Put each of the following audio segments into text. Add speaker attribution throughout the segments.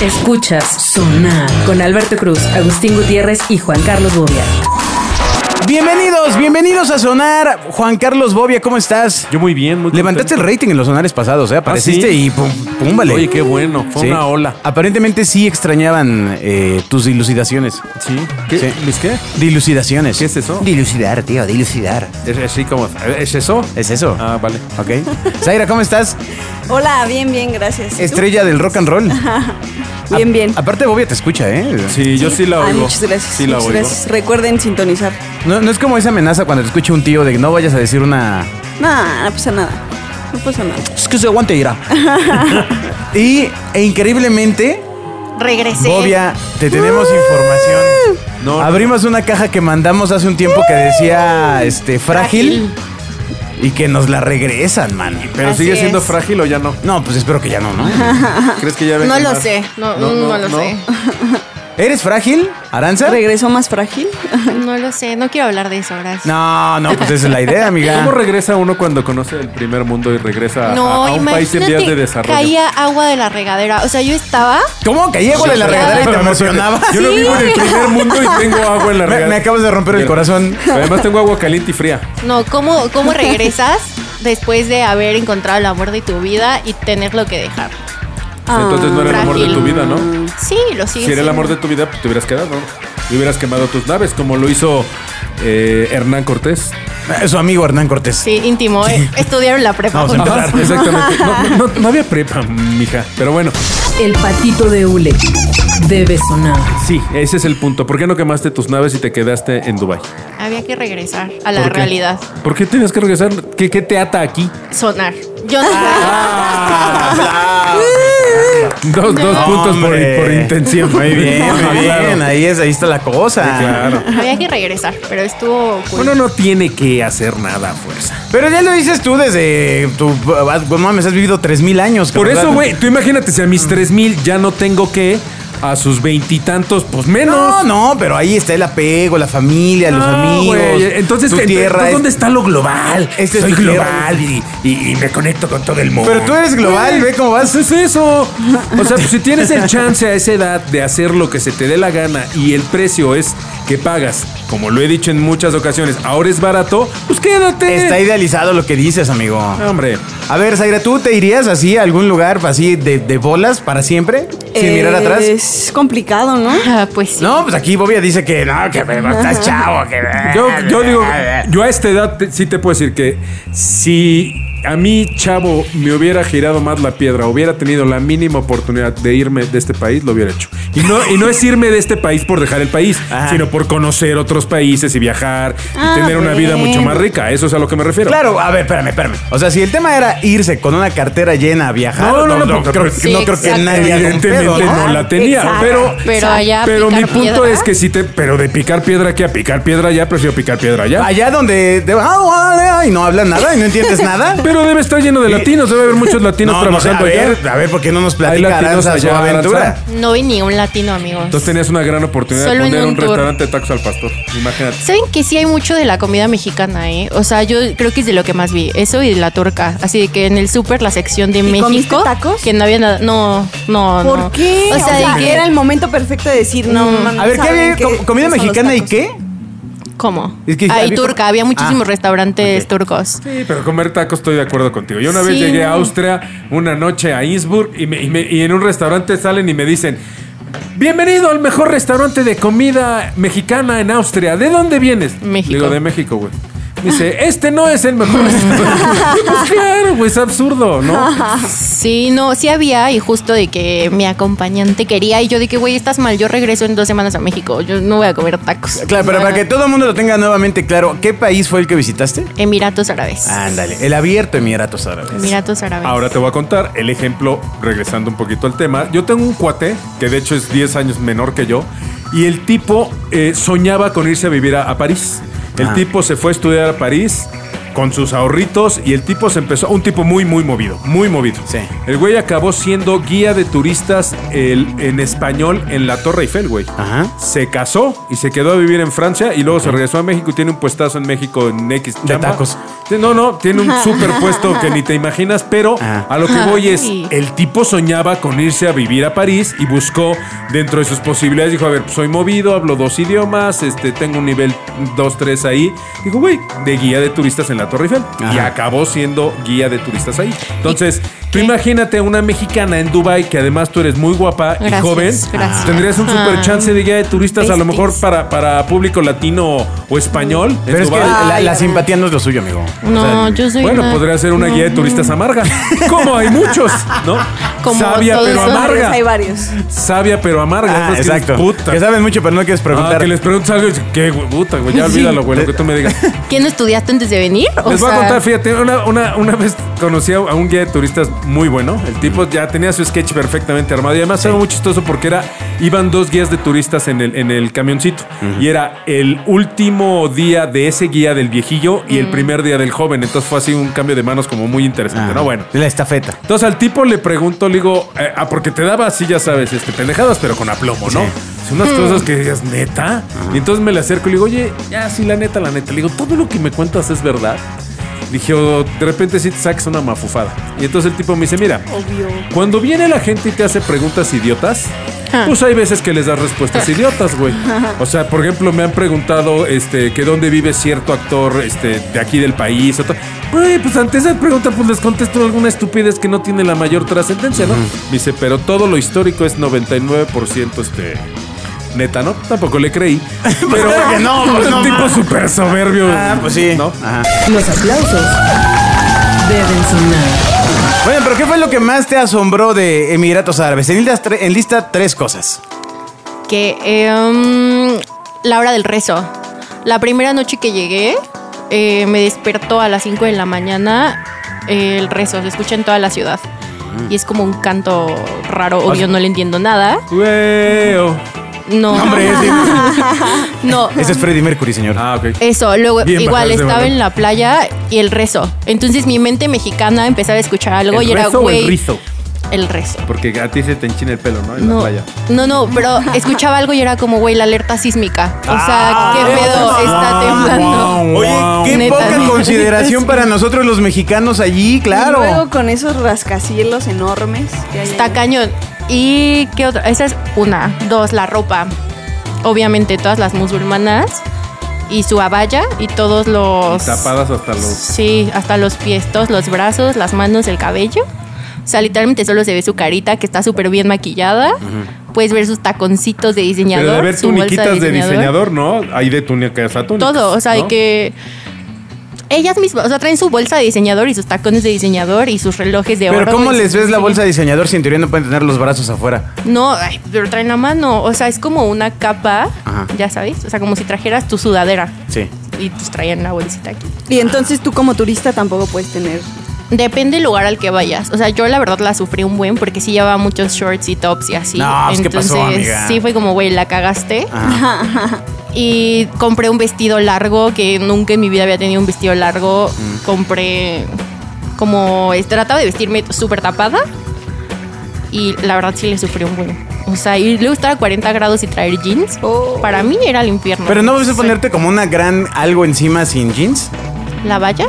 Speaker 1: Escuchas Sonar con Alberto Cruz, Agustín Gutiérrez y Juan Carlos Bobia.
Speaker 2: Bienvenidos, bienvenidos a Sonar. Juan Carlos Bobia, ¿cómo estás?
Speaker 3: Yo muy bien, muy
Speaker 2: Levantaste el
Speaker 3: contento. Ah,
Speaker 2: rating en los sonares pasados, ¿eh? Apareciste
Speaker 3: ¿sí?
Speaker 2: y pum, pum, vale.
Speaker 3: Oye, qué bueno. Fue
Speaker 2: Sí.
Speaker 3: una ola.
Speaker 2: Aparentemente sí extrañaban eh, tus dilucidaciones.
Speaker 3: Sí. ¿Qué?
Speaker 2: Sí.
Speaker 3: ¿Mis qué?
Speaker 2: Dilucidaciones.
Speaker 3: ¿Qué es eso?
Speaker 2: Dilucidar, tío, dilucidar.
Speaker 3: Es así como. ¿Es eso?
Speaker 2: ¿Es eso?
Speaker 3: Ah, vale.
Speaker 2: Ok. Zaira, ¿cómo estás?
Speaker 4: Hola, bien, bien, gracias. ¿Y tú?
Speaker 2: Estrella Ah, del rock and roll.
Speaker 4: Bien, bien.
Speaker 2: Aparte, Bobia te escucha, ¿eh?
Speaker 3: Sí, yo sí la
Speaker 5: Ah,
Speaker 3: oigo.
Speaker 4: Ay, muchas gracias.
Speaker 3: Sí la
Speaker 4: muchas
Speaker 3: oigo.
Speaker 4: gracias. Recuerden sintonizar.
Speaker 2: No, no es como esa amenaza cuando te escucha un tío de que no vayas a decir una.
Speaker 4: Nah, no pasa nada. No pasa nada.
Speaker 2: Es que se aguante, irá. y, e increíblemente,
Speaker 5: Regresé.
Speaker 2: Bobia, te tenemos
Speaker 3: Uh.
Speaker 2: información.
Speaker 3: No,
Speaker 2: Abrimos una caja que mandamos hace un tiempo que
Speaker 3: Uh.
Speaker 2: decía este frágil y que nos la regresan, man.
Speaker 3: ¿Pero
Speaker 5: Así
Speaker 3: sigue siendo
Speaker 5: es.
Speaker 3: frágil o ya no?
Speaker 2: No, pues espero que ya no, ¿no?
Speaker 3: ¿Crees que ya venga
Speaker 5: No lo
Speaker 3: más?
Speaker 5: sé, no, no lo sé.
Speaker 2: ¿Eres frágil, Aranza?
Speaker 4: ¿Regresó más frágil?
Speaker 5: No lo sé, no quiero hablar de eso, gracias.
Speaker 2: No, no, pues esa es la idea, amiga.
Speaker 3: ¿Cómo regresa uno cuando conoce el primer mundo y regresa a- a, a un país en vías de desarrollo?
Speaker 5: caía agua de la regadera. O sea, yo estaba...
Speaker 2: ¿Cómo que llego de la regadera y te emocionaba?
Speaker 3: Yo lo vivo en el primer mundo y tengo agua en la
Speaker 2: Me-
Speaker 3: regadera.
Speaker 2: me acabas de romper el
Speaker 3: Pero-
Speaker 2: corazón.
Speaker 3: Además tengo agua caliente y fría.
Speaker 5: No, ¿cómo, cómo regresas después de haber encontrado el amor de tu vida y tenerlo que dejar?
Speaker 3: Entonces no era el amor de
Speaker 5: Ah, frágil.
Speaker 3: tu vida, ¿no?
Speaker 5: Sí, lo sigues.
Speaker 3: Si era el
Speaker 5: siendo.
Speaker 3: amor de tu vida, pues te hubieras quedado. Y hubieras quemado tus naves, como lo hizo eh, Hernán Cortés.
Speaker 2: Su amigo Hernán Cortés.
Speaker 5: Sí, íntimo. eh. Estudiaron la prepa.
Speaker 2: Vamos a
Speaker 5: juntos.
Speaker 3: Ajá, exactamente. No, no- no- no había prepa, mija. Pero bueno,
Speaker 1: El patito de hule debe sonar.
Speaker 3: sí, ese es el punto. ¿Por qué no quemaste tus naves y te quedaste en Dubai?
Speaker 5: Había que regresar a la
Speaker 3: ¿Por qué?
Speaker 5: realidad.
Speaker 3: ¿Por qué tienes que regresar? ¿Qué, qué te ata aquí?
Speaker 5: Sonar. Yo no.
Speaker 3: Ah.
Speaker 2: Ah,
Speaker 3: Dos, dos
Speaker 5: No,
Speaker 3: puntos por,
Speaker 2: Hombre.
Speaker 3: por intención.
Speaker 2: Muy bien, muy
Speaker 3: Claro.
Speaker 2: bien. Ahí, es, ahí está la cosa.
Speaker 3: Sí, claro.
Speaker 5: Había que regresar, pero estuvo cool.
Speaker 3: Uno no tiene que hacer nada a fuerza.
Speaker 2: Pero ya lo dices tú desde tu. ah, No mames, has vivido 3000 años.
Speaker 3: Por
Speaker 2: cabrón.
Speaker 3: eso, güey, tú imagínate si a mis 3000 ya no tengo que, a sus veintitantos, pues
Speaker 2: No,
Speaker 3: menos.
Speaker 2: no, pero ahí está el apego, la familia, los
Speaker 3: No,
Speaker 2: amigos.
Speaker 3: güey, Entonces,
Speaker 2: tu
Speaker 3: ¿en-
Speaker 2: tierra.
Speaker 3: entonces
Speaker 2: es-
Speaker 3: ¿dónde está lo global?
Speaker 2: Este es
Speaker 3: Soy
Speaker 2: mi tierra.
Speaker 3: global y, y- y me conecto con todo el mundo.
Speaker 2: Pero tú eres global, ve cómo vas.
Speaker 3: Pues es eso. O sea, pues, si tienes el chance a esa edad de hacer lo que se te dé la gana y el precio es que pagas, como lo he dicho en muchas ocasiones, ahora es barato, pues quédate.
Speaker 2: Está idealizado lo que dices, amigo.
Speaker 3: Hombre,
Speaker 2: A ver, Zaira, ¿tú te irías así a algún lugar así de, de bolas para siempre? Sin
Speaker 4: Eh,
Speaker 2: mirar atrás.
Speaker 4: Es complicado, ¿no?
Speaker 5: Ah, pues sí.
Speaker 2: No, pues aquí Bobia dice que no, que me- estás chavo, que.
Speaker 3: yo, yo digo, yo a esta edad te- sí te puedo decir que si a mí, chavo, me hubiera girado más la piedra, hubiera tenido la mínima oportunidad de irme de este país, lo hubiera hecho. Y no, y no es irme de este país por dejar el país,
Speaker 2: Ajá.
Speaker 3: sino por conocer otros países y viajar y
Speaker 4: Ah,
Speaker 3: tener una vida
Speaker 4: bueno.
Speaker 3: mucho más rica. Eso es a lo que me refiero.
Speaker 2: Claro, a ver, espérame, espérame. O sea, si el tema era irse con una cartera llena a viajar,
Speaker 3: No, no, no, porque-
Speaker 2: creo,
Speaker 5: Sí,
Speaker 2: no creo que
Speaker 5: exacto.
Speaker 2: nadie haga un
Speaker 3: Evidentemente
Speaker 2: pedo,
Speaker 3: no la tenía,
Speaker 4: Exacto.
Speaker 3: pero
Speaker 5: Pero allá
Speaker 3: pero mi
Speaker 5: picar
Speaker 3: punto
Speaker 5: piedra.
Speaker 3: es que si te pero de picar piedra que a picar piedra allá prefiero picar piedra allá.
Speaker 2: Allá donde te- ah, vale, y no hablas nada y no entiendes nada.
Speaker 3: Pero debe estar lleno de latinos, debe haber muchos latinos
Speaker 2: no, no sé,
Speaker 3: trabajando
Speaker 2: a
Speaker 3: allá.
Speaker 2: ver, a ver, ¿por qué no nos
Speaker 3: Hay
Speaker 2: platica
Speaker 3: latinos
Speaker 2: Aranza su
Speaker 3: allá,
Speaker 2: aventura?
Speaker 3: Aranza.
Speaker 5: No vi ni un latino, amigos.
Speaker 3: Entonces tenías una gran oportunidad
Speaker 5: Solo
Speaker 3: de
Speaker 5: en
Speaker 3: poner
Speaker 5: un
Speaker 3: un
Speaker 5: tour.
Speaker 3: restaurante de tacos al pastor. Imagínate.
Speaker 5: Saben que sí hay mucho de la comida mexicana, ¿eh? O sea, yo creo que es de lo que más vi. Eso y de la turca. Así de que en el súper, la sección de México.
Speaker 4: comiste tacos?
Speaker 5: Que no había nada. No, Ah, no,
Speaker 4: ¿Por
Speaker 5: no.
Speaker 4: qué?
Speaker 5: O sea, de que Mm.
Speaker 4: era el momento perfecto de decir, no, no, no
Speaker 2: A ver, ¿qué
Speaker 4: saben
Speaker 2: había? ¿Com- ¿Comida
Speaker 4: son los
Speaker 2: mexicana y
Speaker 4: tacos.
Speaker 2: qué?
Speaker 5: ¿Cómo?
Speaker 2: Es que
Speaker 5: Ahí
Speaker 2: había-
Speaker 5: turca. Había muchísimos
Speaker 2: Ah.
Speaker 5: restaurantes turcos.
Speaker 3: Sí, pero comer tacos estoy de acuerdo contigo. Yo una vez
Speaker 5: Sí,
Speaker 3: llegué a
Speaker 5: no.
Speaker 3: Austria, una noche a Innsbruck, y, me- y me- y en un restaurante salen y me dicen, bienvenido al mejor restaurante de comida mexicana en Austria. ¿De dónde viennes?
Speaker 5: México.
Speaker 3: Digo, de México, güey. Me Dice, este no es el mejor restaurante. pues claro, güey, es absurdo, ¿no?
Speaker 5: Sí, no, sí había. Y justo de que mi acompañante quería. Y yo de que, güey, estás mal. Yo regreso en dos semanas a México. Yo no voy a comer tacos.
Speaker 2: Claro, pero para que todo el mundo lo tenga nuevamente claro, ¿qué país fue el que visitaste?
Speaker 5: Emiratos Árabes.
Speaker 2: Ándale, el abierto Emiratos Árabes.
Speaker 5: Emiratos Árabes.
Speaker 3: Ah, Ahora te voy a contar el ejemplo, regresando un poquito al tema. Yo tengo un cuate, que de hecho es 10 años menor que yo, y el tipo eh, soñaba con irse a vivir a, a París. El
Speaker 2: Ah.
Speaker 3: tipo se fue a estudiar a París con sus ahorritos y el tipo se empezó, un tipo muy, muy movido, muy movido.
Speaker 2: Sí.
Speaker 3: El güey acabó siendo guía de turistas el- en español en la Torre Eiffel, güey.
Speaker 2: Ajá.
Speaker 3: Se casó y se quedó a vivir en Francia y luego se regresó a México y tiene un puestazo en México en X
Speaker 2: De
Speaker 3: chamba
Speaker 2: tacos.
Speaker 3: Sí, No, no, tiene un super puesto que ni te imaginas, pero
Speaker 2: Ah.
Speaker 3: a lo que voy es,
Speaker 5: Ay.
Speaker 3: el tipo soñaba con irse a vivir a París y buscó dentro de sus posibilidades, dijo, a ver, pues, soy movido, hablo dos idiomas, este, tengo un nivel 2, 3 ahí. Dijo, güey, de guía de turistas en la Torre Eiffel.
Speaker 2: Ajá.
Speaker 3: Y acabó siendo guía de turistas ahí. Entonces, tú
Speaker 5: qué?
Speaker 3: imagínate una mexicana en Dubai que además tú eres muy guapa y
Speaker 5: Gracias,
Speaker 3: joven,
Speaker 2: Ah.
Speaker 5: gracias.
Speaker 3: tendrías un super chance de guía de turistas, a lo
Speaker 5: Besties.
Speaker 3: mejor para, para público latino o español. en
Speaker 2: Pero es que
Speaker 3: Dubái.
Speaker 2: la, la simpatía no es lo suyo, amigo. O
Speaker 5: No,
Speaker 2: sea,
Speaker 5: yo soy.
Speaker 3: Bueno,
Speaker 5: una- Mm.
Speaker 3: podría ser una
Speaker 5: no,
Speaker 3: guía de
Speaker 5: no.
Speaker 3: turistas amarga. Como hay muchos, ¿no?
Speaker 5: Como
Speaker 3: sabia
Speaker 5: todos
Speaker 3: pero
Speaker 5: son.
Speaker 4: Varios,
Speaker 3: amarga.
Speaker 4: hay varios.
Speaker 3: Sabia pero amarga.
Speaker 2: Ah,
Speaker 3: Esas que dices,
Speaker 2: exacto.
Speaker 3: puta.
Speaker 2: Que saben mucho, pero no quieres
Speaker 3: Ah,
Speaker 2: preguntar.
Speaker 3: que les preguntes algo y dices, qué güey, puta, güey, ya olvídalo, güey, lo que tú me digas.
Speaker 5: ¿Quién estudiaste antes de venir? O
Speaker 3: Les voy a
Speaker 5: sea,
Speaker 3: contar, fíjate, una, una, una vez conocí a un guía de turistas muy bueno. El tipo ya tenía su sketch perfectamente armado. Y además era muy chistoso porque era, iban dos guías de turistas en el, en el camioncito. Y era el último día de ese guía del viejillo y el
Speaker 5: Mm.
Speaker 3: primer día del joven. Entonces fue así un cambio de manos como muy interesante,
Speaker 2: Ah,
Speaker 3: ¿no? Bueno.
Speaker 2: La estafeta.
Speaker 3: Entonces al tipo le pregunto, le digo, eh, ah, porque te daba así, ya sabes, este, pendejadas, pero con aplomo, ¿no?
Speaker 2: Sí.
Speaker 3: Son unas cosas que digas, neta. Y entonces me le acerco y le digo, oye, ya sí, la neta, la neta. Le digo, todo lo que me cuentas es verdad. Dije, o de repente sí te sacas una mafufada. Y entonces el tipo me dice, mira, cuando viene la gente y te hace preguntas idiotas,
Speaker 5: Ah.
Speaker 3: pues hay veces que les das respuestas idiotas, güey. O sea, por ejemplo, me han preguntado este, que dónde vive cierto actor este, de aquí del país. o tal. Güey, pues ante esa pregunta, pues les contesto alguna estupidez que no tiene la mayor trascendencia, ¿no? Me dice, pero todo lo histórico es 99% este. Neta, ¿no? Tampoco le creí. Pero
Speaker 2: claro que no, pues
Speaker 3: un
Speaker 2: no,
Speaker 3: tipo
Speaker 2: ma.
Speaker 3: súper soberbio.
Speaker 2: Ah, pues sí.
Speaker 3: ¿no?
Speaker 2: Ajá.
Speaker 1: Los aplausos deben sonar.
Speaker 2: Bueno, pero ¿qué fue lo que más te asombró de Emiratos Árabes? En lista, tre- en lista tres cosas.
Speaker 5: Que eh, um, la hora del rezo. La primera noche que llegué, eh, me despertó a las 5 de la mañana eh, el rezo. Se escucha en toda la ciudad.
Speaker 3: Mm.
Speaker 5: Y es como un canto raro, obvio, no le entiendo nada.
Speaker 3: Güey, oh.
Speaker 5: No,
Speaker 2: Hombre, ese,
Speaker 5: no.
Speaker 2: ese es Freddie Mercury, señor.
Speaker 3: Ah, ok.
Speaker 5: Eso, luego
Speaker 3: Bien
Speaker 5: igual
Speaker 3: bajado ese
Speaker 5: estaba
Speaker 3: balón.
Speaker 5: en la playa y el rezo. Entonces mi mente mexicana empezaba a escuchar algo y era
Speaker 3: rezo o
Speaker 5: güey.
Speaker 3: el rizo?
Speaker 5: el rezo.
Speaker 3: Porque a ti se te enchina el pelo, ¿no? En la
Speaker 5: No,
Speaker 3: playa.
Speaker 5: no, no, pero escuchaba algo y era como, güey, la alerta sísmica. O
Speaker 3: Ah,
Speaker 5: sea, qué pedo, está temblando.
Speaker 2: Oye, qué
Speaker 5: Neta,
Speaker 2: poca
Speaker 5: sí.
Speaker 2: consideración para nosotros los mexicanos allí,
Speaker 4: Y
Speaker 2: claro.
Speaker 4: luego con esos rascacielos enormes que hay
Speaker 5: Está
Speaker 4: ahí.
Speaker 5: cañón. ¿Y qué otra? Esa es una. Dos, la ropa. Obviamente todas las musulmanas y su abaya y todos los...
Speaker 3: Tapadas hasta los.
Speaker 5: Sí, hasta los pies, todos los brazos, las manos, el cabello. O sea, literalmente solo se ve su carita que está súper bien maquillada. Puedes ver sus taconcitos de diseñador.
Speaker 3: Pero de ver
Speaker 5: su bolsa
Speaker 3: tuniquitas de diseñador, ¿no? Hay de túnicas a túnicas.
Speaker 5: Todo, o sea,
Speaker 3: ¿no?
Speaker 5: de que ellas mismas, o sea, traen su bolsa de diseñador y sus tacones de diseñador y sus relojes de oro.
Speaker 2: Pero ¿cómo
Speaker 5: y
Speaker 2: les
Speaker 5: sus-
Speaker 2: ves la bolsa de diseñador si en teoría no pueden tener los brazos afuera?
Speaker 5: No, ay, pero traen la mano, o sea, es como una capa,
Speaker 2: Ajá.
Speaker 5: ya sabes, o sea, como si trajeras tu sudadera
Speaker 2: Sí.
Speaker 5: y pues traían la bolsita aquí.
Speaker 4: Y entonces tú como turista tampoco puedes tener.
Speaker 5: Depende del lugar al que vayas. O sea, yo la verdad la sufrí un buen porque sí llevaba muchos shorts y tops y así.
Speaker 2: No, pues, ¿qué pasó, amiga?
Speaker 5: sí fue como, güey, la cagaste.
Speaker 2: Ajá.
Speaker 5: Y compré un vestido largo que nunca en mi vida había tenido un vestido largo.
Speaker 2: Mm.
Speaker 5: Compré como trataba de vestirme súper tapada y la verdad sí le sufrí un buen. O sea, y luego estar a 40 grados y traer jeans,
Speaker 4: Oh.
Speaker 5: para mí era el infierno.
Speaker 2: Pero no vas a
Speaker 5: Sí.
Speaker 2: ponerte como una gran algo encima sin jeans. Pues,
Speaker 5: la valla.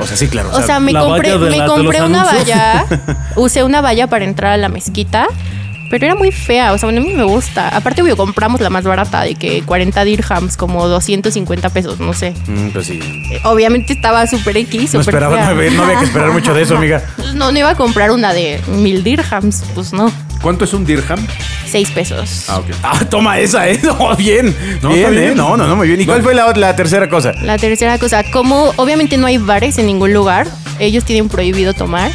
Speaker 2: O sea, sí, claro.
Speaker 5: O sea, me
Speaker 6: la
Speaker 5: compré,
Speaker 6: valla de
Speaker 5: me
Speaker 6: la- de
Speaker 5: compré
Speaker 6: los
Speaker 5: una
Speaker 6: anuncios.
Speaker 5: valla, usé una valla para entrar a la mezquita, pero era muy fea, o sea, a mí me gusta. Aparte, obvio, compramos la más barata, de que 40 dirhams, como 250 pesos, no sé.
Speaker 2: Mm, pues sí.
Speaker 5: Eh, Obviamente estaba súper X,
Speaker 2: No
Speaker 5: súper
Speaker 2: esperaba,
Speaker 5: fea.
Speaker 2: no había, no había que esperar mucho de eso, amiga.
Speaker 5: No, no iba a comprar una de mil dirhams, pues no,
Speaker 3: ¿Cuánto es un dirham?
Speaker 5: seis pesos.
Speaker 3: Ah, ok.
Speaker 2: Ah, toma esa, ¿eh? No, bien.
Speaker 3: No,
Speaker 2: bien,
Speaker 3: está bien.
Speaker 2: ¿eh? No, no, no, muy bien. ¿Y cuál fue la, ot- la tercera cosa?
Speaker 5: La tercera cosa, como obviamente no hay bares en ningún lugar, ellos tienen prohibido tomar.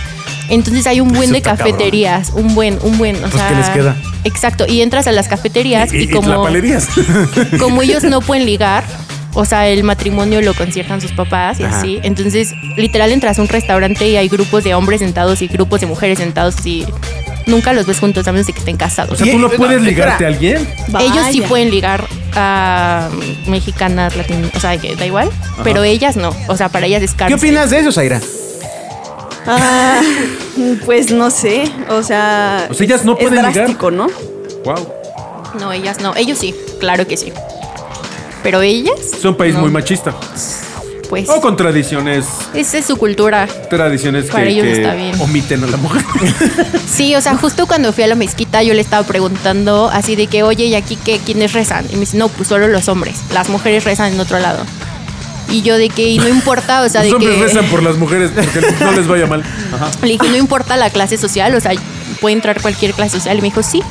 Speaker 5: Entonces hay un buen
Speaker 2: Eso
Speaker 5: de
Speaker 2: está
Speaker 5: cafeterías, un buen, un buen, o
Speaker 2: Pues,
Speaker 5: sea,
Speaker 2: ¿qué les queda?
Speaker 5: Exacto, y entras a las cafeterías y,
Speaker 3: Y, y
Speaker 5: como
Speaker 3: tlapalerías.
Speaker 5: como ellos no pueden ligar, o sea, el matrimonio lo conciertan sus papás y
Speaker 2: Ajá.
Speaker 5: así. Entonces, literal entras a un restaurante y hay grupos de hombres sentados y grupos de mujeres sentados y nunca los ves juntos a menos de que estén casados.
Speaker 3: O sea, tú no puedes ligarte a alguien.
Speaker 5: Ellos sí
Speaker 4: Vaya.
Speaker 5: pueden ligar a mexicanas, latinas, o sea, que da igual, pero ellas no. O sea, para ellas es
Speaker 2: ¿Qué
Speaker 5: cárcel.
Speaker 2: opinas de eso, Zaira?
Speaker 4: Ah, pues no sé, o sea,
Speaker 3: O sea, ellas no
Speaker 4: es
Speaker 3: pueden ligar.
Speaker 4: drástico, ¿no?
Speaker 3: Wow.
Speaker 5: No, ellas no. Ellos sí, claro que sí. Pero ellas.
Speaker 3: Es un país
Speaker 5: no.
Speaker 3: muy machista.
Speaker 5: pues
Speaker 3: O con tradiciones,
Speaker 5: esa es su cultura.
Speaker 3: tradiciones
Speaker 5: Para
Speaker 3: que,
Speaker 5: ellos
Speaker 3: que
Speaker 5: está bien.
Speaker 3: omiten a la mujer.
Speaker 5: Sí, o sea, justo cuando fui a la mezquita yo le estaba preguntando así de que, oye, ¿y aquí qué? ¿Quiénes rezan? Y me dice, no, pues solo los hombres. Las mujeres rezan en otro lado. Y yo de que, y no importa, o sea,
Speaker 3: Los
Speaker 5: de
Speaker 3: hombres
Speaker 5: que...
Speaker 3: rezan por las mujeres porque no les vaya mal. Ajá.
Speaker 5: Le dije, no importa la clase social, o sea, puede entrar cualquier clase social. Y me dijo, sí,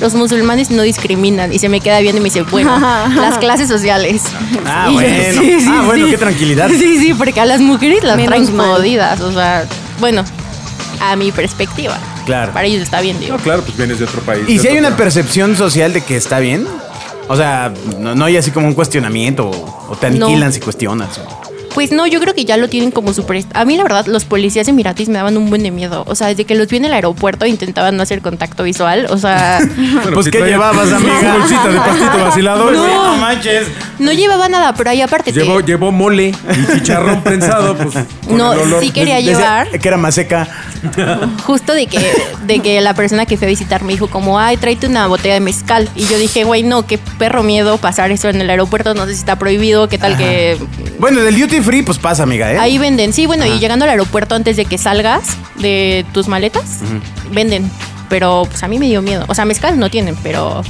Speaker 5: los musulmanes no discriminan. Y se me queda viendo y me dice, bueno, las clases sociales.
Speaker 2: Ah,
Speaker 5: Y yo,
Speaker 2: bueno.
Speaker 5: sí, sí,
Speaker 2: ah, bueno,
Speaker 5: sí.
Speaker 2: qué tranquilidad.
Speaker 5: Sí, sí, porque a las mujeres las
Speaker 4: Menos
Speaker 5: traen
Speaker 4: mal.
Speaker 5: jodidas, o sea, bueno, a mi perspectiva.
Speaker 2: Claro.
Speaker 5: Para ellos está bien, digo.
Speaker 3: No, claro, pues vienes de otro país.
Speaker 2: ¿Y
Speaker 3: de
Speaker 2: si hay
Speaker 3: otro
Speaker 2: una
Speaker 3: lado.
Speaker 2: percepción social de que está bien? O sea, no, no hay así como un cuestionamiento o, o te
Speaker 5: No.
Speaker 2: aniquilan si cuestionas.
Speaker 5: Pues no, yo creo que ya lo tienen como súper... A mí, la verdad, los policías emiratis me daban un buen de miedo. O sea, desde que los vi en el aeropuerto intentaban no hacer contacto visual. O sea,
Speaker 3: Bueno,
Speaker 2: pues,
Speaker 3: si
Speaker 2: ¿qué
Speaker 3: trae
Speaker 2: llevabas,
Speaker 3: su
Speaker 2: amiga?
Speaker 3: bolsita de pastito vacilado.
Speaker 2: no manches.
Speaker 5: no llevaba nada, pero ahí aparte... te-
Speaker 3: Llevó, llevó mole y chicharrón prensado, pues. con
Speaker 5: No,
Speaker 3: el olor.
Speaker 5: sí quería
Speaker 2: Decía
Speaker 5: llevar...
Speaker 2: Que era más seca.
Speaker 5: Justo de que, de que la persona que fue a visitar me dijo como, ay, tráete una botella de mezcal. Y yo dije, güey, no, qué perro miedo pasar eso en el aeropuerto, no sé si está prohibido, qué tal que...
Speaker 2: Bueno, del duty free, pues pasa, amiga, ¿eh?
Speaker 5: Ahí venden, sí, bueno, y llegando al aeropuerto antes de que salgas de tus maletas, venden. Pero pues a mí me dio miedo. O sea, mezcal no tienen, pero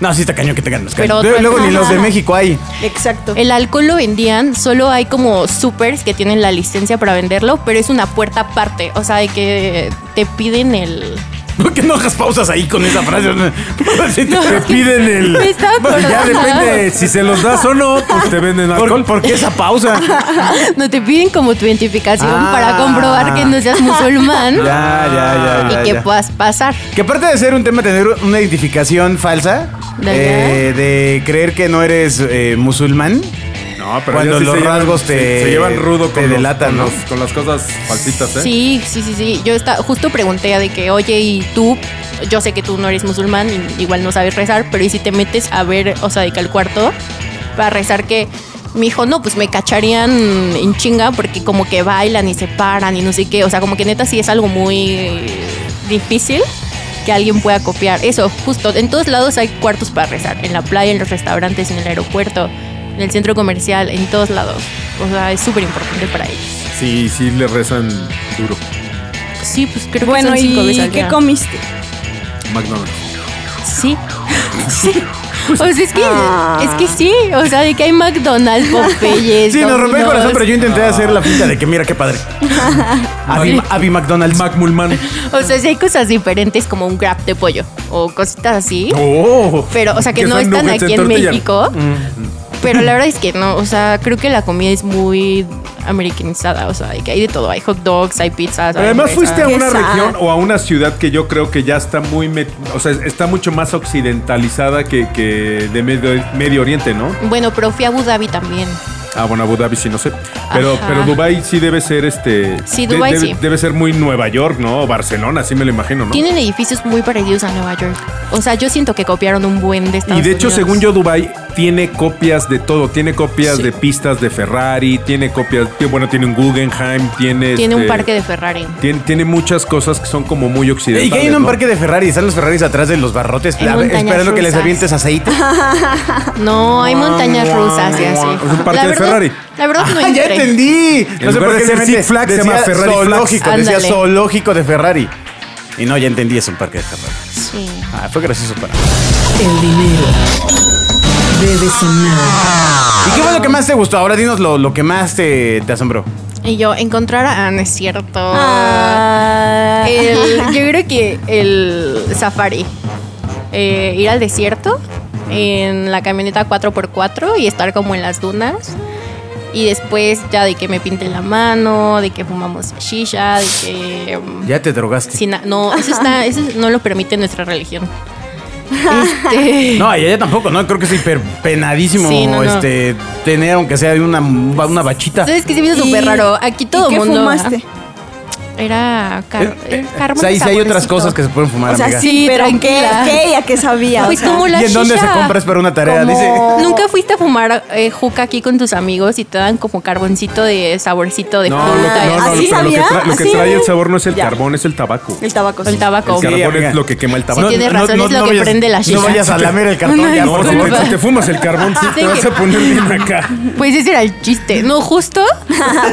Speaker 2: No, sí está cañón que tengan mezcal.
Speaker 5: Pero
Speaker 2: Luego,
Speaker 5: otro-
Speaker 2: luego ni los de
Speaker 5: Ajá.
Speaker 2: México hay.
Speaker 4: Exacto.
Speaker 5: el alcohol lo vendían, solo hay como supers que tienen la licencia para venderlo, pero es una puerta aparte. O sea, de que te piden el...
Speaker 2: ¿Por qué no hagas pausas ahí con esa frase? Sí te-
Speaker 3: Te piden
Speaker 5: Me
Speaker 3: el.
Speaker 5: estaba
Speaker 3: Bueno, ya
Speaker 5: acordando.
Speaker 3: depende si se los das o no, pues te venden alcohol.
Speaker 2: ¿Por, por qué esa pausa?
Speaker 5: No te piden como tu identificación
Speaker 2: Ah.
Speaker 5: para comprobar que no seas musulmán
Speaker 2: ya, ya, ya. ya,
Speaker 5: y que
Speaker 2: ya.
Speaker 5: puedas pasar.
Speaker 2: Que aparte de ser un tema tener una identificación falsa,
Speaker 5: ¿De
Speaker 2: eh, de creer que no eres eh, musulmán,
Speaker 3: No,
Speaker 2: Cuando
Speaker 3: ya
Speaker 2: los
Speaker 3: se llevan-
Speaker 2: rasgos te-
Speaker 3: se, se llevan rudo
Speaker 2: te
Speaker 3: con, los-
Speaker 2: delatan,
Speaker 3: con
Speaker 2: ¿no?
Speaker 3: los- con las cosas falsitas, ¿eh?
Speaker 5: Sí, sí, sí, sí. Yo está, justo pregunté de que, oye, y tú, yo sé que tú no eres musulmán, y igual no sabes rezar, pero ¿y si te metes a ver, o sea, de que al cuarto para rezar que... Me dijo, no, pues me cacharían en chinga porque como que bailan y se paran y no sé qué. O sea, como que neta sí es algo muy difícil que alguien pueda copiar. Eso, justo, en todos lados hay cuartos para rezar. En la playa, en los restaurantes, en el aeropuerto, en el centro comercial, en todos lados. O sea, es súper importante para ellos.
Speaker 3: Sí, sí, le rezan duro.
Speaker 5: Sí, pues creo que
Speaker 4: Bueno,
Speaker 5: son cinco veces
Speaker 4: ¿y
Speaker 5: al
Speaker 4: qué
Speaker 5: día.
Speaker 4: comiste?
Speaker 3: McDonald's.
Speaker 5: Sí. sí. O sea, es que,
Speaker 4: Ah.
Speaker 5: es que sí. O sea, de que hay McDonald's, Popeyes.
Speaker 2: Sí, nos rompió el
Speaker 5: Domino's.
Speaker 2: corazón, pero yo intenté hacer la pinta de que mira qué padre. Abby, Abby McDonald's.
Speaker 3: McMulman.
Speaker 5: O sea, sí hay cosas diferentes como un grab de pollo o cositas así.
Speaker 3: Oh.
Speaker 5: Pero, o sea, que
Speaker 3: Que
Speaker 5: no
Speaker 3: son
Speaker 5: están
Speaker 3: nuggets
Speaker 5: aquí
Speaker 3: en
Speaker 5: en
Speaker 3: tortilla. Mm.
Speaker 5: México. Pero la verdad es que no. O sea, creo que la comida es muy americanizada. O sea, de que hay de todo. Hay hot dogs, hay pizzas. hay
Speaker 3: Además,
Speaker 5: hamburguesas.
Speaker 3: fuiste a
Speaker 4: Qué
Speaker 3: una
Speaker 4: sad.
Speaker 3: región o a una ciudad que yo creo que ya está muy. met- O sea, está mucho más occidentalizada que, que de Medio, Medio Oriente, ¿no?
Speaker 5: Bueno, pero fui a Abu Dhabi también.
Speaker 3: Ah, bueno, Abu Dhabi sí, no sé. Pero,
Speaker 5: Ajá.
Speaker 3: pero Dubai sí debe ser este.
Speaker 5: Sí,
Speaker 3: de-
Speaker 5: Dubái
Speaker 3: debe,
Speaker 5: sí.
Speaker 3: debe ser muy Nueva York, ¿no? O Barcelona, así me lo imagino, ¿no?
Speaker 5: Tienen edificios muy parecidos a Nueva York. O sea, yo siento que copiaron un buen de Estados
Speaker 3: y de hecho,
Speaker 5: Unidos.
Speaker 3: según yo, Dubai tiene copias de todo. Tiene copias
Speaker 5: Sí.
Speaker 3: de pistas de Ferrari, tiene copias. tie- Bueno, tiene un Guggenheim, tiene.
Speaker 5: Tiene un
Speaker 3: este,
Speaker 5: parque de Ferrari.
Speaker 3: Tiene, tiene muchas cosas que son como muy
Speaker 2: Y
Speaker 3: occidentales.
Speaker 2: que hay un
Speaker 3: ¿no?
Speaker 2: parque de Ferrari, están los Ferraris atrás de los barrotes,
Speaker 5: En
Speaker 2: a ver,
Speaker 5: montañas
Speaker 2: esperando que les
Speaker 5: rusas.
Speaker 2: avientes aceite.
Speaker 5: No, hay montañas rusas y así.
Speaker 3: Es un parque
Speaker 5: La
Speaker 3: de
Speaker 5: verdad-
Speaker 3: Ferrari.
Speaker 5: La verdad no
Speaker 2: ¡Ah, ya
Speaker 5: entré.
Speaker 2: entendí!
Speaker 3: En lugar de
Speaker 2: se
Speaker 3: ser Six Flags, se llama Ferrari Flags.
Speaker 2: zoológico, decía
Speaker 5: Ándale.
Speaker 2: zoológico de Ferrari. Y no, ya entendí, es un parque de Ferrari.
Speaker 5: Sí.
Speaker 2: Ah, fue gracioso para
Speaker 1: El dinero debe sonar.
Speaker 2: ¿Y qué fue lo que más te gustó? Ahora dinos lo, lo que más te, te asombró.
Speaker 5: Y yo encontrar a... Ah, no es cierto.
Speaker 4: Ah.
Speaker 5: El- yo creo que el safari. Eh, ir al desierto en la camioneta 4x4 y estar como en las dunas. Y después ya de que me pinten la mano, de que fumamos shisha, de que... mm,
Speaker 2: Ya te drogaste.
Speaker 5: sin na- no, eso, está, eso no lo permite nuestra religión. Este...
Speaker 2: No, y ella tampoco, ¿no? Creo que es hiper penadísimo
Speaker 5: Sí, no, no.
Speaker 2: este, tener, aunque sea una, una bachita.
Speaker 5: ¿Sabes qué se me hizo
Speaker 4: Y-
Speaker 5: súper raro? Aquí todo
Speaker 4: ¿y
Speaker 5: el
Speaker 4: qué
Speaker 5: mundo.
Speaker 4: fumaste?
Speaker 5: Era Car-
Speaker 3: Eh, eh,
Speaker 5: Carmen
Speaker 2: O sea, y si hay otras
Speaker 5: Saborcito.
Speaker 2: cosas que se pueden fumar,
Speaker 4: O sea,
Speaker 2: amiga.
Speaker 4: sí, pero ¿qué,
Speaker 5: tranquila.
Speaker 4: ¿qué? ¿A qué sabía?
Speaker 5: Pues
Speaker 4: O sea,
Speaker 5: como la
Speaker 2: ¿Y en dónde se
Speaker 5: shisha.
Speaker 2: compra? Es para una tarea,
Speaker 4: como-
Speaker 2: dice.
Speaker 5: ¿Nunca fuiste a fumar eh, juca aquí con tus amigos y te dan como carboncito de saborcito de
Speaker 3: No,
Speaker 5: fruta?
Speaker 3: lo que, no, no,
Speaker 4: ¿Así
Speaker 3: pero lo que,
Speaker 4: sabía?
Speaker 3: tra- lo que
Speaker 4: ¿Así?
Speaker 3: trae el sabor no es el
Speaker 4: Ya.
Speaker 3: carbón, es el tabaco.
Speaker 4: El tabaco.
Speaker 5: O el tabaco.
Speaker 3: El carbón
Speaker 2: Sí, amiga.
Speaker 3: es lo que quema el tabaco.
Speaker 5: Sí, tienes razón, es lo que
Speaker 2: vayas-
Speaker 5: prende la shisha.
Speaker 2: No vayas a lamer el cartón
Speaker 5: No,
Speaker 2: ya,
Speaker 5: no,
Speaker 3: No,
Speaker 2: por
Speaker 3: si
Speaker 5: disculpa.
Speaker 2: favor.
Speaker 3: te, si te fumas el carbón, sí,
Speaker 5: Sí,
Speaker 3: te vas
Speaker 5: que-
Speaker 3: a poner bien acá.
Speaker 5: Pues ese era el chiste, ¿no? Justo.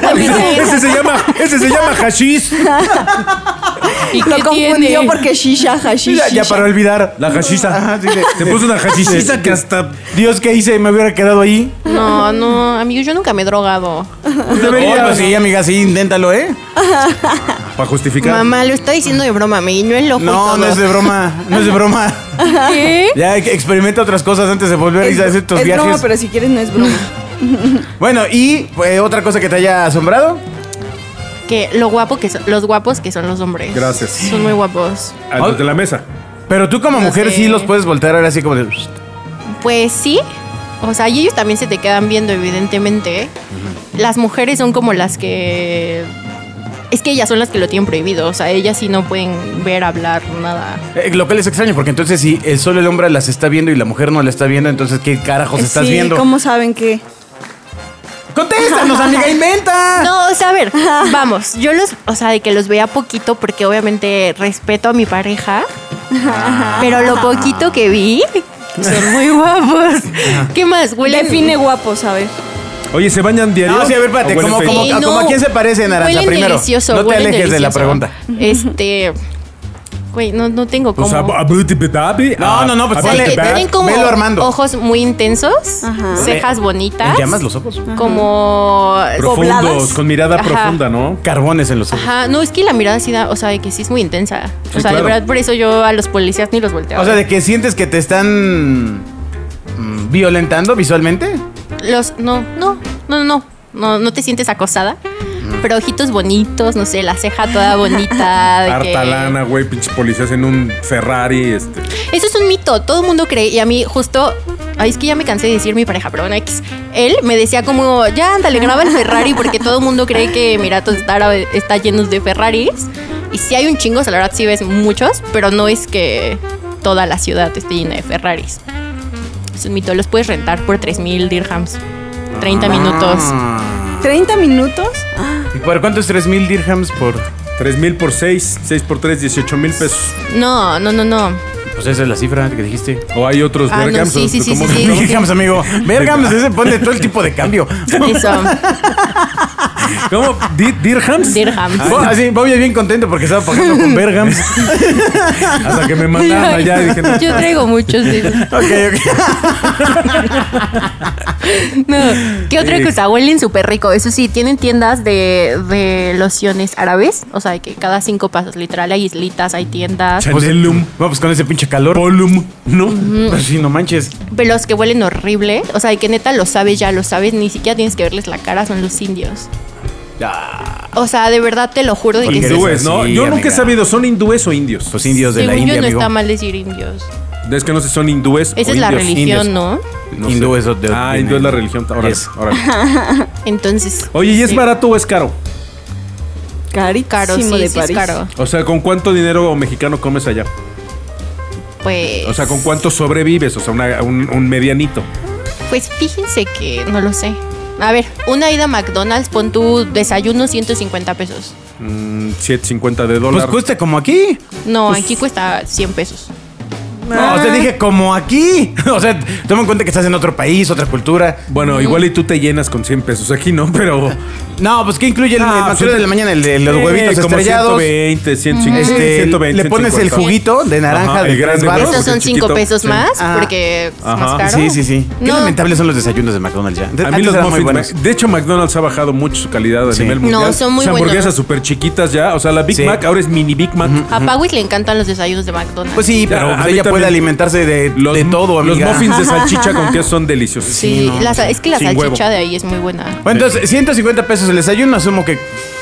Speaker 5: A mí se-
Speaker 3: ese se llama, ese se llama hashish.
Speaker 5: ¿Y
Speaker 4: Lo
Speaker 5: qué
Speaker 4: confundió
Speaker 5: tiene?
Speaker 4: porque shisha, hashish.
Speaker 2: Ya, ya
Speaker 4: shisha.
Speaker 2: para olvidar.
Speaker 3: La hashisha.
Speaker 2: Ajá, sí, de-
Speaker 3: Te
Speaker 2: de-
Speaker 3: puso una hashishiza
Speaker 2: de-
Speaker 3: que hasta
Speaker 2: Dios, ¿qué hice? Me hubiera quedado ahí.
Speaker 5: No, no, amigos, yo nunca me he drogado.
Speaker 3: Oh, pues
Speaker 2: Debería. sí, amiga, sí, inténtalo, ¿eh?
Speaker 3: para justificar.
Speaker 5: Mamá, lo está diciendo de broma, me no es lo
Speaker 2: No,
Speaker 5: justo,
Speaker 2: no es de broma. No es de broma.
Speaker 5: ¿Qué?
Speaker 2: Ya que experimenta otras cosas antes de volver
Speaker 4: Es,
Speaker 2: y hacer tus
Speaker 4: es
Speaker 2: viajes.
Speaker 4: broma, pero si quieres no es broma.
Speaker 2: Bueno, y eh, otra cosa que te haya asombrado.
Speaker 5: Que lo guapo que son, los guapos que son los hombres.
Speaker 3: Gracias.
Speaker 5: Son muy guapos.
Speaker 3: A los de la mesa.
Speaker 2: Pero tú como
Speaker 5: No
Speaker 2: mujer
Speaker 5: sé.
Speaker 2: sí los puedes voltear ahora así como de...
Speaker 5: Pues sí. O sea, y ellos también se te quedan viendo, evidentemente. Las mujeres son como las que. Es que ellas son las que lo tienen prohibido. O sea, ellas sí no pueden ver, hablar, nada.
Speaker 2: Eh, lo cual es extraño, porque entonces si el solo el hombre las está viendo y la mujer no la está viendo, entonces ¿qué carajos Pues estás
Speaker 4: Eh, Sí,
Speaker 2: viendo?
Speaker 4: ¿cómo saben qué?
Speaker 2: ¡Contéstanos, amiga, inventa!
Speaker 5: No, o sea, a ver, vamos. Yo los. O sea, de que los vea poquito, porque obviamente respeto a mi pareja. Pero lo poquito que vi. Son muy guapos. ¿Qué más? Huelen.
Speaker 4: Define guapo, ¿sabes?
Speaker 3: Oye, ¿se bañan diario?
Speaker 2: No, sí, a ver, espérate,
Speaker 3: ¿O huelen
Speaker 2: como-
Speaker 3: feo?
Speaker 2: como-
Speaker 5: Sí,
Speaker 2: a quién se parece, Naranja,
Speaker 5: huelen
Speaker 2: primero?
Speaker 5: delicioso,
Speaker 2: No te
Speaker 5: huelen
Speaker 2: alejes de la
Speaker 5: delicioso.
Speaker 2: pregunta.
Speaker 5: Este. Güey, no, no tengo
Speaker 3: Pues,
Speaker 5: cómo.
Speaker 3: a- a beauty baby.
Speaker 2: No,
Speaker 3: a-
Speaker 2: no, no, pues
Speaker 3: a
Speaker 5: O sea,
Speaker 2: ponle-
Speaker 5: que
Speaker 3: beauty
Speaker 2: back,
Speaker 5: tienen como
Speaker 2: velo, Armando.
Speaker 5: ojos muy intensos,
Speaker 4: Ajá.
Speaker 5: cejas bonitas.
Speaker 2: ¿En llamas los ojos?
Speaker 5: Como.
Speaker 3: Profundos,
Speaker 4: pobladas.
Speaker 3: con mirada
Speaker 5: Ajá.
Speaker 3: profunda, ¿no?
Speaker 2: Carbones en los ojos.
Speaker 5: Ajá, no, es que la mirada sí da, o sea, de que sí es muy intensa.
Speaker 3: Sí,
Speaker 5: o sea,
Speaker 3: claro.
Speaker 5: de verdad, por eso yo a los policías ni los volteo. a
Speaker 2: O sea,
Speaker 5: ver.
Speaker 2: de que sientes que te están mm, violentando visualmente.
Speaker 5: Los, no, no, no, no, no, no, no te sientes acosada. Pero ojitos bonitos, no sé, la ceja toda bonita. de que-
Speaker 3: Harta lana, güey, pinches policías en un Ferrari, este.
Speaker 5: Eso es un mito, todo el mundo cree. Y a mí, justo, ay, es que ya me cansé de decir mi pareja, pero bueno, X. Él me decía como, ya, ándale, graba el Ferrari, porque todo el mundo cree que Emiratos está, árabe- está lleno de Ferraris. Y sí hay un chingo, o sea, la verdad sí ves muchos, pero no es que toda la ciudad esté llena de Ferraris. Es un mito, los puedes rentar por 3.000 dirhams, 30 minutos.
Speaker 2: Ah.
Speaker 4: ¿30 minutos?
Speaker 2: ¿Y por cuánto es 3000 dirhams por...?
Speaker 3: 3 mil por 6, 6 por 3, 18 mil pesos.
Speaker 5: No, no, no, no.
Speaker 2: Pues esa es la cifra que dijiste.
Speaker 3: O hay otros
Speaker 5: Ah, no,
Speaker 3: Bergams,
Speaker 5: sí, sí, sí,
Speaker 3: ¿cómo
Speaker 5: sí,
Speaker 3: se
Speaker 5: sí.
Speaker 3: llama?
Speaker 2: Dirhams, amigo. Bergams, ese pone todo el tipo de cambio.
Speaker 5: Eso,
Speaker 3: ¿Cómo? Di- ¿Dirhams?
Speaker 5: dirhams.
Speaker 2: Bo- Así, Ah, Bobby bien contento porque estaba pagando con Bergams.
Speaker 3: Hasta que me mandaron allá y dije, no.
Speaker 5: Yo traigo muchos. de-
Speaker 2: Ok, ok.
Speaker 5: No. ¿Qué otra
Speaker 3: Sí.
Speaker 5: cosa? Huelen súper rico. Eso sí, tienen tiendas de, de lociones árabes. O sea, de que cada cinco pasos, literal, hay islitas, hay tiendas.
Speaker 3: Chan-
Speaker 2: Pues,
Speaker 3: Chanelum.
Speaker 2: no, pues con ese pinche calor. Polum. No. Pues sí, no manches.
Speaker 5: Pero los que huelen horrible. O sea, de que neta lo sabes ya, lo sabes. Ni siquiera tienes que verles la cara, son los indios. O sea, de verdad te lo juro de que
Speaker 2: Porque eres
Speaker 5: sí.
Speaker 3: Hindúes, ¿no?
Speaker 2: así,
Speaker 3: Yo nunca
Speaker 2: amiga.
Speaker 3: he sabido, ¿son hindúes o indios?
Speaker 2: Los indios de la
Speaker 5: Según
Speaker 2: India,
Speaker 5: yo no
Speaker 2: amigo.
Speaker 5: está mal decir indios.
Speaker 3: Es que no sé, son hindúes.
Speaker 5: Esa
Speaker 3: o
Speaker 5: es la
Speaker 3: indios?
Speaker 5: religión,
Speaker 2: indios.
Speaker 5: ¿no?
Speaker 3: No
Speaker 2: Hindú
Speaker 3: sé.
Speaker 2: es de-
Speaker 3: Ah,
Speaker 2: viene-
Speaker 3: hindú es la religión. Órale,
Speaker 2: Yes.
Speaker 3: órale.
Speaker 5: Entonces.
Speaker 3: Oye, ¿y es
Speaker 5: sí.
Speaker 3: barato o es caro?
Speaker 4: Carísimo
Speaker 5: Caro, sí,
Speaker 4: de
Speaker 5: sí es
Speaker 4: París.
Speaker 5: caro.
Speaker 3: O sea, ¿con cuánto dinero mexicano comes allá?
Speaker 5: Pues.
Speaker 3: O sea, ¿con cuánto sobrevives? O sea, una- un, un medianito.
Speaker 5: Pues fíjense que no lo sé. A ver, una ida a McDonald's, pon tu desayuno 150 pesos.
Speaker 3: Mm, 7.50 de
Speaker 2: Pues
Speaker 3: dólar.
Speaker 2: cuesta como aquí.
Speaker 5: No, aquí cuesta 100 pesos.
Speaker 2: No,
Speaker 5: Ah.
Speaker 2: te dije como aquí. O sea, toma en cuenta que estás en otro país, otra cultura.
Speaker 3: bueno, igual y tú te llenas con 100 pesos aquí, ¿no? Pero...
Speaker 2: No, pues ¿qué incluye el,
Speaker 3: Ah,
Speaker 2: el
Speaker 3: pues,
Speaker 2: pastel de la mañana? El de los
Speaker 3: eh,
Speaker 2: huevitos
Speaker 3: como
Speaker 2: estrellados.
Speaker 3: 120, 150,
Speaker 2: Este,
Speaker 3: 120,
Speaker 2: le pones el
Speaker 3: 150.
Speaker 2: juguito de naranja
Speaker 3: Ajá,
Speaker 2: de
Speaker 3: el
Speaker 2: tres
Speaker 3: grande,
Speaker 2: varos.
Speaker 3: ¿no?
Speaker 5: Esos
Speaker 3: Porque
Speaker 5: son 5
Speaker 3: chiquito,
Speaker 5: pesos
Speaker 3: sí.
Speaker 5: más
Speaker 2: Ah.
Speaker 5: porque es
Speaker 3: Ajá.
Speaker 5: más caro.
Speaker 2: Sí, sí, sí. Qué
Speaker 5: No,
Speaker 2: lamentables son los desayunos de McDonald's ya.
Speaker 3: A mí
Speaker 2: Antes
Speaker 3: los
Speaker 2: eran muy
Speaker 3: muffins,
Speaker 2: buenos.
Speaker 3: me- de hecho McDonald's ha bajado mucho su calidad a
Speaker 2: Sí.
Speaker 3: nivel mundial.
Speaker 5: No, son
Speaker 3: o
Speaker 5: muy
Speaker 3: sea, hamburguesas
Speaker 5: buenos.
Speaker 3: súper chiquitas ya. O sea, la Big
Speaker 2: Sí.
Speaker 3: Mac ahora es mini Big Mac.
Speaker 5: a Pawis le encantan los desayunos de McDonald's.
Speaker 2: Pues sí,
Speaker 3: Ya,
Speaker 2: pero
Speaker 3: a
Speaker 2: pues,
Speaker 3: mí
Speaker 2: ella puede
Speaker 3: también.
Speaker 2: alimentarse de, de todo,
Speaker 3: los
Speaker 2: amiga.
Speaker 3: muffins de salchicha con queso son deliciosos.
Speaker 5: sí, la sa- es que la
Speaker 3: Pues Sin
Speaker 5: salchicha
Speaker 3: huevo.
Speaker 5: de ahí es muy buena.
Speaker 2: Bueno, entonces, 150 pesos el desayuno, asumo que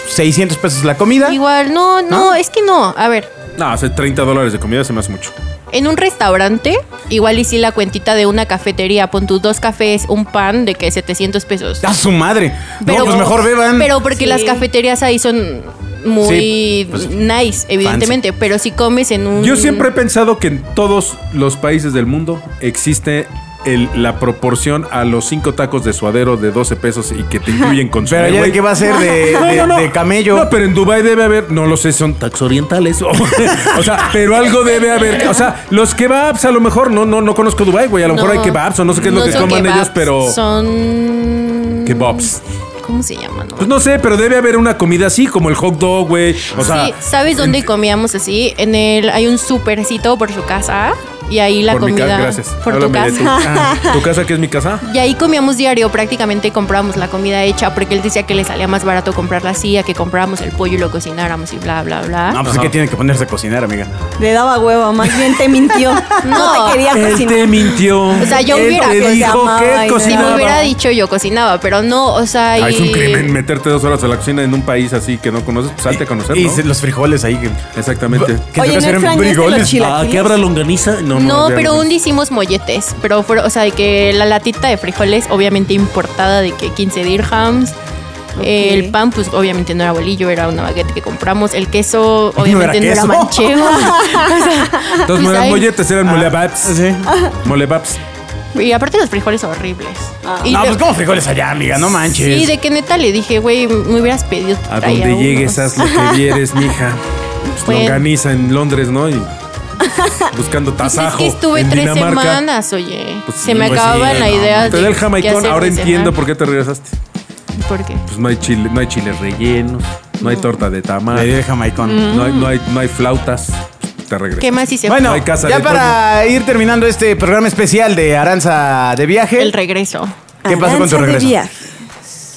Speaker 2: 600 pesos la comida.
Speaker 5: Igual, no, no,
Speaker 2: ¿No?
Speaker 5: es que no. A ver,
Speaker 3: No, hace 30 dólares de comida se me hace mucho.
Speaker 5: en un restaurante, igual y si la cuentita de una cafetería, pon tus dos cafés, un pan de que 700 pesos.
Speaker 2: ¡A su madre! no, pues mejor beban.
Speaker 5: Pero porque
Speaker 4: Sí.
Speaker 5: las cafeterías ahí son muy
Speaker 2: Sí, pues,
Speaker 5: nice, evidentemente, pero si comes en
Speaker 2: Mm.
Speaker 5: un...
Speaker 3: Yo siempre he pensado que en todos los países del mundo existe el- la proporción a los cinco tacos de suadero de 12 pesos y que te incluyen con su
Speaker 2: Pero ya
Speaker 3: güey.
Speaker 2: de qué va a ser de, Eh, de- de camello.
Speaker 3: No, pero en Dubai debe haber, no lo sé, son tacos orientales. O, o sea, pero algo debe haber. O sea, los kebabs a lo mejor, no, no, no conozco Dubai, güey. A lo mejor hay kebabs o no sé qué es lo que
Speaker 5: son
Speaker 3: coman
Speaker 5: kebabs,
Speaker 3: ellos, pero.
Speaker 5: Son...
Speaker 3: Kebabs.
Speaker 5: ¿Cómo se llaman?
Speaker 3: Pues no sé, pero debe haber una comida así, como el hot dog, güey. O sea,
Speaker 5: sí, ¿sabes dónde comíamos así? En el hay un supercito por su casa y ahí la
Speaker 3: por mi
Speaker 5: comida
Speaker 3: casa. Gracias.
Speaker 5: por tu
Speaker 3: Háblame de
Speaker 5: casa.
Speaker 3: Ah, ¿Tu casa que es mi casa?
Speaker 5: Y ahí comíamos diario, prácticamente comprábamos la comida hecha porque él decía que le salía más barato comprarla así, a que compráramos el pollo y lo cocináramos y bla, bla, bla.
Speaker 2: No, pues es que tiene que ponerse a cocinar, amiga.
Speaker 4: Le daba hueva, más bien te mintió. No,
Speaker 5: No.
Speaker 4: te quería
Speaker 3: Él
Speaker 4: cocinar.
Speaker 3: te mintió.
Speaker 5: O sea, yo
Speaker 3: Él
Speaker 5: hubiera-
Speaker 3: te
Speaker 5: pues,
Speaker 3: dijo
Speaker 4: llamaba y
Speaker 3: que
Speaker 4: me
Speaker 5: Si
Speaker 3: cocinaba.
Speaker 5: me hubiera dicho yo cocinaba, pero no, o sea...
Speaker 3: Ah, es
Speaker 5: y-
Speaker 3: un crimen meterte dos horas a la cocina en un país así que no conoces. Pues salte a conocer,
Speaker 2: Y
Speaker 3: ¿no?
Speaker 2: se- los frijoles ahí. Que,
Speaker 3: Exactamente.
Speaker 5: Pues
Speaker 2: que
Speaker 4: Oye,
Speaker 2: toca
Speaker 4: ¿no
Speaker 2: hacer en
Speaker 4: extrañaste los chilaquiles?
Speaker 3: Ah, longaniza. No,
Speaker 5: No,
Speaker 3: ya
Speaker 5: pero
Speaker 3: no.
Speaker 5: un día hicimos molletes, pero fue, o sea, de que la latita de frijoles, obviamente importada de que 15 dirhams. Eh, El pan, pues obviamente no era bolillo, era una baguette que compramos. El queso,
Speaker 2: No
Speaker 5: obviamente no
Speaker 2: era
Speaker 5: era,
Speaker 2: queso.
Speaker 5: manchego.
Speaker 3: Entonces no eran
Speaker 5: Ay.
Speaker 3: molletes,
Speaker 5: Ah.
Speaker 3: eran molebabs.
Speaker 2: Ah, Sí.
Speaker 3: Molebabs.
Speaker 5: y aparte los frijoles horribles. Y
Speaker 2: No,
Speaker 5: de-
Speaker 2: pues como frijoles allá, amiga, no manches.
Speaker 5: Sí, de que neta le dije, güey, me hubieras pedido.
Speaker 3: A
Speaker 5: traía Pues,
Speaker 3: donde llegues,
Speaker 5: unos".
Speaker 3: haz lo que vieres, mija. Pues,
Speaker 5: Bueno.
Speaker 3: Longaniza en Londres, ¿no? Y buscando
Speaker 5: Pues
Speaker 3: tasajo.
Speaker 5: es que estuve
Speaker 3: en
Speaker 5: tres
Speaker 3: Dinamarca.
Speaker 5: semanas, oye.
Speaker 3: Pues
Speaker 5: Se
Speaker 3: sí,
Speaker 5: me
Speaker 3: pues sí,
Speaker 5: acababan las
Speaker 3: no,
Speaker 5: ideas.
Speaker 3: Te
Speaker 5: de
Speaker 3: da el
Speaker 5: qué
Speaker 3: jamaicón.
Speaker 5: hacer
Speaker 3: Ahora
Speaker 5: de cenar.
Speaker 3: entiendo por qué te regresaste.
Speaker 5: ¿Por qué?
Speaker 3: Pues no hay chile, no hay chiles rellenos, no
Speaker 5: Mm.
Speaker 3: hay torta
Speaker 2: Le
Speaker 3: de
Speaker 2: di
Speaker 3: tamal,
Speaker 2: el jamaicón.
Speaker 3: no hay, no hay, no hay flautas. Pues, Te regresas.
Speaker 5: ¿Qué más hice?
Speaker 2: Bueno,
Speaker 3: No hay casa
Speaker 2: ya
Speaker 3: de
Speaker 2: para ir terminando este programa especial de Aranza de viaje.
Speaker 5: El regreso.
Speaker 2: ¿Qué pasó con tu
Speaker 4: Aranza de
Speaker 2: regreso?
Speaker 4: Vía.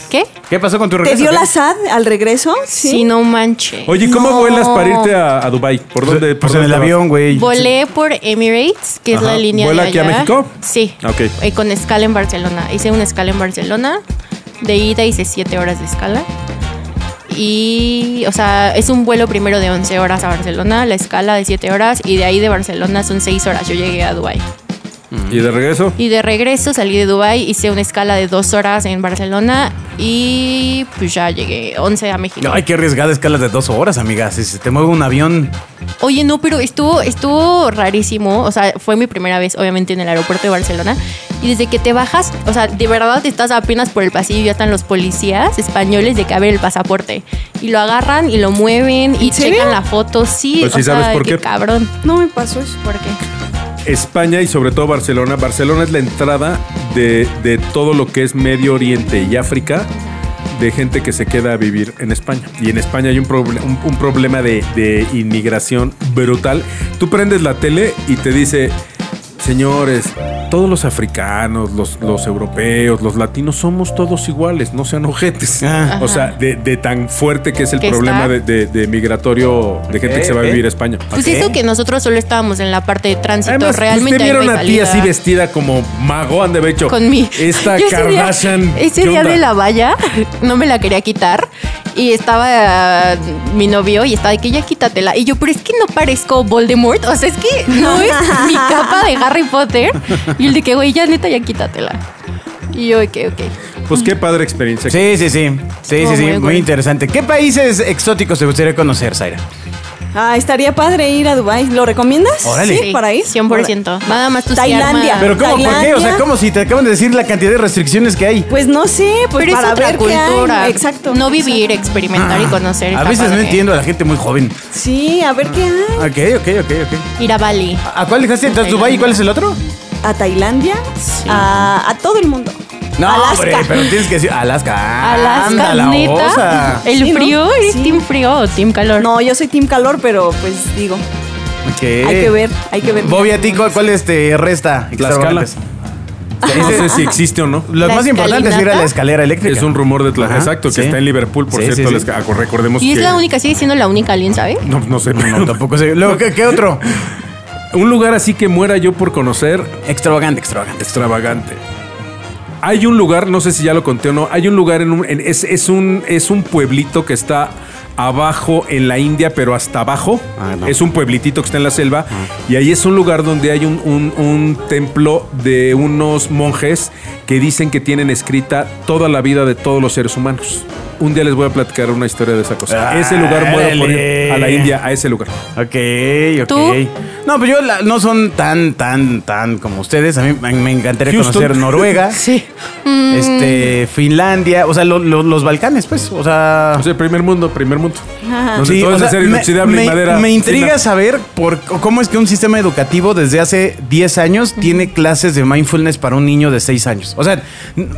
Speaker 5: ¿Qué?
Speaker 2: ¿Qué pasó con tu
Speaker 4: ¿Te
Speaker 2: regreso?
Speaker 4: dio
Speaker 2: ¿Qué?
Speaker 4: la SAD al regreso?
Speaker 5: Si no manches.
Speaker 3: Oye, ¿cómo
Speaker 5: No.
Speaker 3: vuelas para irte a, a Dubai? ¿Por
Speaker 2: Pues,
Speaker 3: dónde?
Speaker 2: pues
Speaker 3: por
Speaker 2: en el
Speaker 3: dónde vas?
Speaker 2: avión, güey.
Speaker 5: Volé por Emirates, que es
Speaker 3: Ajá.
Speaker 5: la línea
Speaker 3: ¿Vuela
Speaker 5: de
Speaker 3: aquí a
Speaker 5: allá.
Speaker 3: México?
Speaker 5: Sí.
Speaker 3: Ok.
Speaker 5: Eh, con escala en Barcelona. Hice una escala en Barcelona. De ida hice 7 horas de escala. Y, o sea, es un vuelo primero de 11 horas a Barcelona, la escala de 7 horas, y de ahí de Barcelona son 6 horas. Yo llegué a Dubái.
Speaker 3: ¿Y de regreso?
Speaker 5: Y de regreso salí de Dubái, hice una escala de 2 horas en Barcelona, y pues ya llegué 11 a México.
Speaker 2: Ay, qué arriesgada escalas de dos horas, amiga. Si se te mueve un avión.
Speaker 5: Oye, no, pero estuvo, estuvo rarísimo. O sea, fue mi primera vez, obviamente, en el aeropuerto de Barcelona. Y desde que te bajas, o sea, de verdad estás apenas por el pasillo y ya están los policías españoles de que abren el pasaporte. Y lo agarran y lo mueven y
Speaker 4: serio?
Speaker 5: checan la foto. Sí,
Speaker 3: Pues sí,
Speaker 5: o sea,
Speaker 3: ¿sabes por qué?
Speaker 5: cabrón.
Speaker 4: No me pasó eso.
Speaker 5: ¿Por qué?
Speaker 3: España y sobre todo Barcelona. Barcelona es la entrada de, de todo lo que es Medio Oriente y África de gente que se queda a vivir en España. Y en España hay un, proble- un- un problema de, de inmigración brutal. Tú prendes la tele y te dice, señores, todos los africanos, los, los europeos, los latinos, somos todos iguales, no sean ojetes.
Speaker 2: Ah.
Speaker 3: O sea, de, de tan fuerte que es el
Speaker 5: Que
Speaker 3: problema
Speaker 5: está.
Speaker 3: de, de- de migratorio de gente
Speaker 2: Ok,
Speaker 3: que se va a
Speaker 2: ok.
Speaker 3: vivir a España.
Speaker 5: Pues
Speaker 2: Ok.
Speaker 5: eso que nosotros solo estábamos en la parte de tránsito.
Speaker 3: Además, pues,
Speaker 5: Realmente
Speaker 3: te
Speaker 5: ahí no
Speaker 3: vieron
Speaker 5: hay
Speaker 3: a ti
Speaker 5: salida.
Speaker 3: así vestida como mago, han de haber hecho.
Speaker 5: con mi
Speaker 3: Esta
Speaker 5: Yo ese día-
Speaker 3: Kardashian.
Speaker 5: Ese
Speaker 3: ¿qué
Speaker 5: día
Speaker 3: onda?
Speaker 5: de la valla no me la quería quitar y estaba eh, mi novio y estaba de que ya quítatela y yo, pero es que no parezco Voldemort, o sea, es que no es mi capa de Harry Potter y el de que güey, ya neta ya quítatela. Y yo, ok, ok.
Speaker 3: Pues qué padre experiencia.
Speaker 2: Sí, sí, sí. Sí, sí,
Speaker 5: Estuvo
Speaker 2: sí.
Speaker 5: muy
Speaker 2: Muy,
Speaker 5: bueno.
Speaker 2: interesante. ¿Qué países exóticos te gustaría conocer, Zaira?
Speaker 4: Ah, estaría padre ir a Dubai. ¿Lo recomiendas?
Speaker 2: Órale.
Speaker 4: Sí, para ir.
Speaker 5: 100%. Nada más tú sí
Speaker 4: Tailandia.
Speaker 5: arma-
Speaker 2: Pero ¿cómo? ¿Por qué? O sea,
Speaker 4: Tailandia.
Speaker 2: ¿cómo si te acaban de decir la cantidad de restricciones que hay?
Speaker 4: Pues no sé, pues
Speaker 5: Pero es
Speaker 4: para
Speaker 5: otra
Speaker 4: ver qué hay.
Speaker 5: cultura.
Speaker 4: Exacto.
Speaker 5: No vivir, experimentar y conocer.
Speaker 2: Ah. A
Speaker 5: está
Speaker 2: veces no
Speaker 5: padre.
Speaker 2: entiendo a la gente muy joven.
Speaker 4: Sí, a ver qué hay.
Speaker 2: Ok, ok, ok, ok.
Speaker 5: Ir a Bali.
Speaker 2: ¿A cuál dejaste? ¿Entonces Dubái y cuál es el otro?
Speaker 4: A Tailandia,
Speaker 5: Sí.
Speaker 4: a, a todo el mundo. Alaska.
Speaker 2: hombre, pero tienes que decir Alaska.
Speaker 5: Alaska,
Speaker 2: Anda, la
Speaker 5: neta.
Speaker 2: osa.
Speaker 5: El
Speaker 4: Sí, ¿no?
Speaker 5: frío, ¿eres
Speaker 4: Sí.
Speaker 5: team frío o team calor?
Speaker 4: No, yo soy team calor, pero pues digo,
Speaker 2: Ok.
Speaker 4: hay que ver, hay que ver.
Speaker 2: Bobby, ¿a ti cuál, cuál, este, resta?
Speaker 3: Tlaxcala.
Speaker 2: Extravagantes.
Speaker 3: No sé si existe o no.
Speaker 2: Lo
Speaker 5: La
Speaker 2: más importante es ir a la
Speaker 5: escalinata.
Speaker 2: escalera eléctrica.
Speaker 3: Es un rumor de Tlaxcala.
Speaker 2: Ajá,
Speaker 3: Exacto, que
Speaker 2: sí.
Speaker 3: está en Liverpool, por
Speaker 2: Sí,
Speaker 3: cierto.
Speaker 2: sí, sí.
Speaker 3: les- Recordemos
Speaker 5: Y es
Speaker 3: que-
Speaker 5: la única, sigue siendo la única alien, ¿sabes?
Speaker 3: No, no sé.
Speaker 2: No,
Speaker 3: pero-
Speaker 2: tampoco sé. Luego, ¿qué, qué otro?
Speaker 3: un lugar así que muera yo por conocer,
Speaker 2: Extravagante, extravagante.
Speaker 3: extravagante. Hay un lugar, no sé si ya lo conté o no, hay un lugar en un. en- es, es un es un pueblito que está abajo en la India, pero hasta abajo.
Speaker 2: Ah, no. Ah.
Speaker 3: Es un pueblitito que está en la selva. Y ahí es un lugar donde hay un, un- un templo de unos monjes que dicen que tienen escrita toda la vida de todos los seres humanos. un día les voy a platicar una historia de esa cosa.
Speaker 2: Ah,
Speaker 3: ese lugar voy a
Speaker 2: dale.
Speaker 3: poner a la India, a ese lugar.
Speaker 2: Ok, ok.
Speaker 5: ¿Tú?
Speaker 2: No, pero yo la- no son tan, tan, tan como ustedes. A mí me- me encantaría
Speaker 3: Houston.
Speaker 2: conocer Noruega,
Speaker 5: Sí.
Speaker 2: este, Finlandia, o sea, lo- lo- los Balcanes, pues. O sea,
Speaker 3: O sea, primer mundo, primer mundo.
Speaker 4: Ajá.
Speaker 3: Donde
Speaker 2: sí,
Speaker 3: todo
Speaker 2: o
Speaker 3: es de
Speaker 2: sea,
Speaker 3: acero
Speaker 2: me-
Speaker 3: inoxidable y
Speaker 2: me,
Speaker 3: madera.
Speaker 2: me intriga
Speaker 3: fina.
Speaker 2: saber por, cómo es que un sistema educativo desde hace 10 años tiene clases de mindfulness para un niño de 6 años. O sea,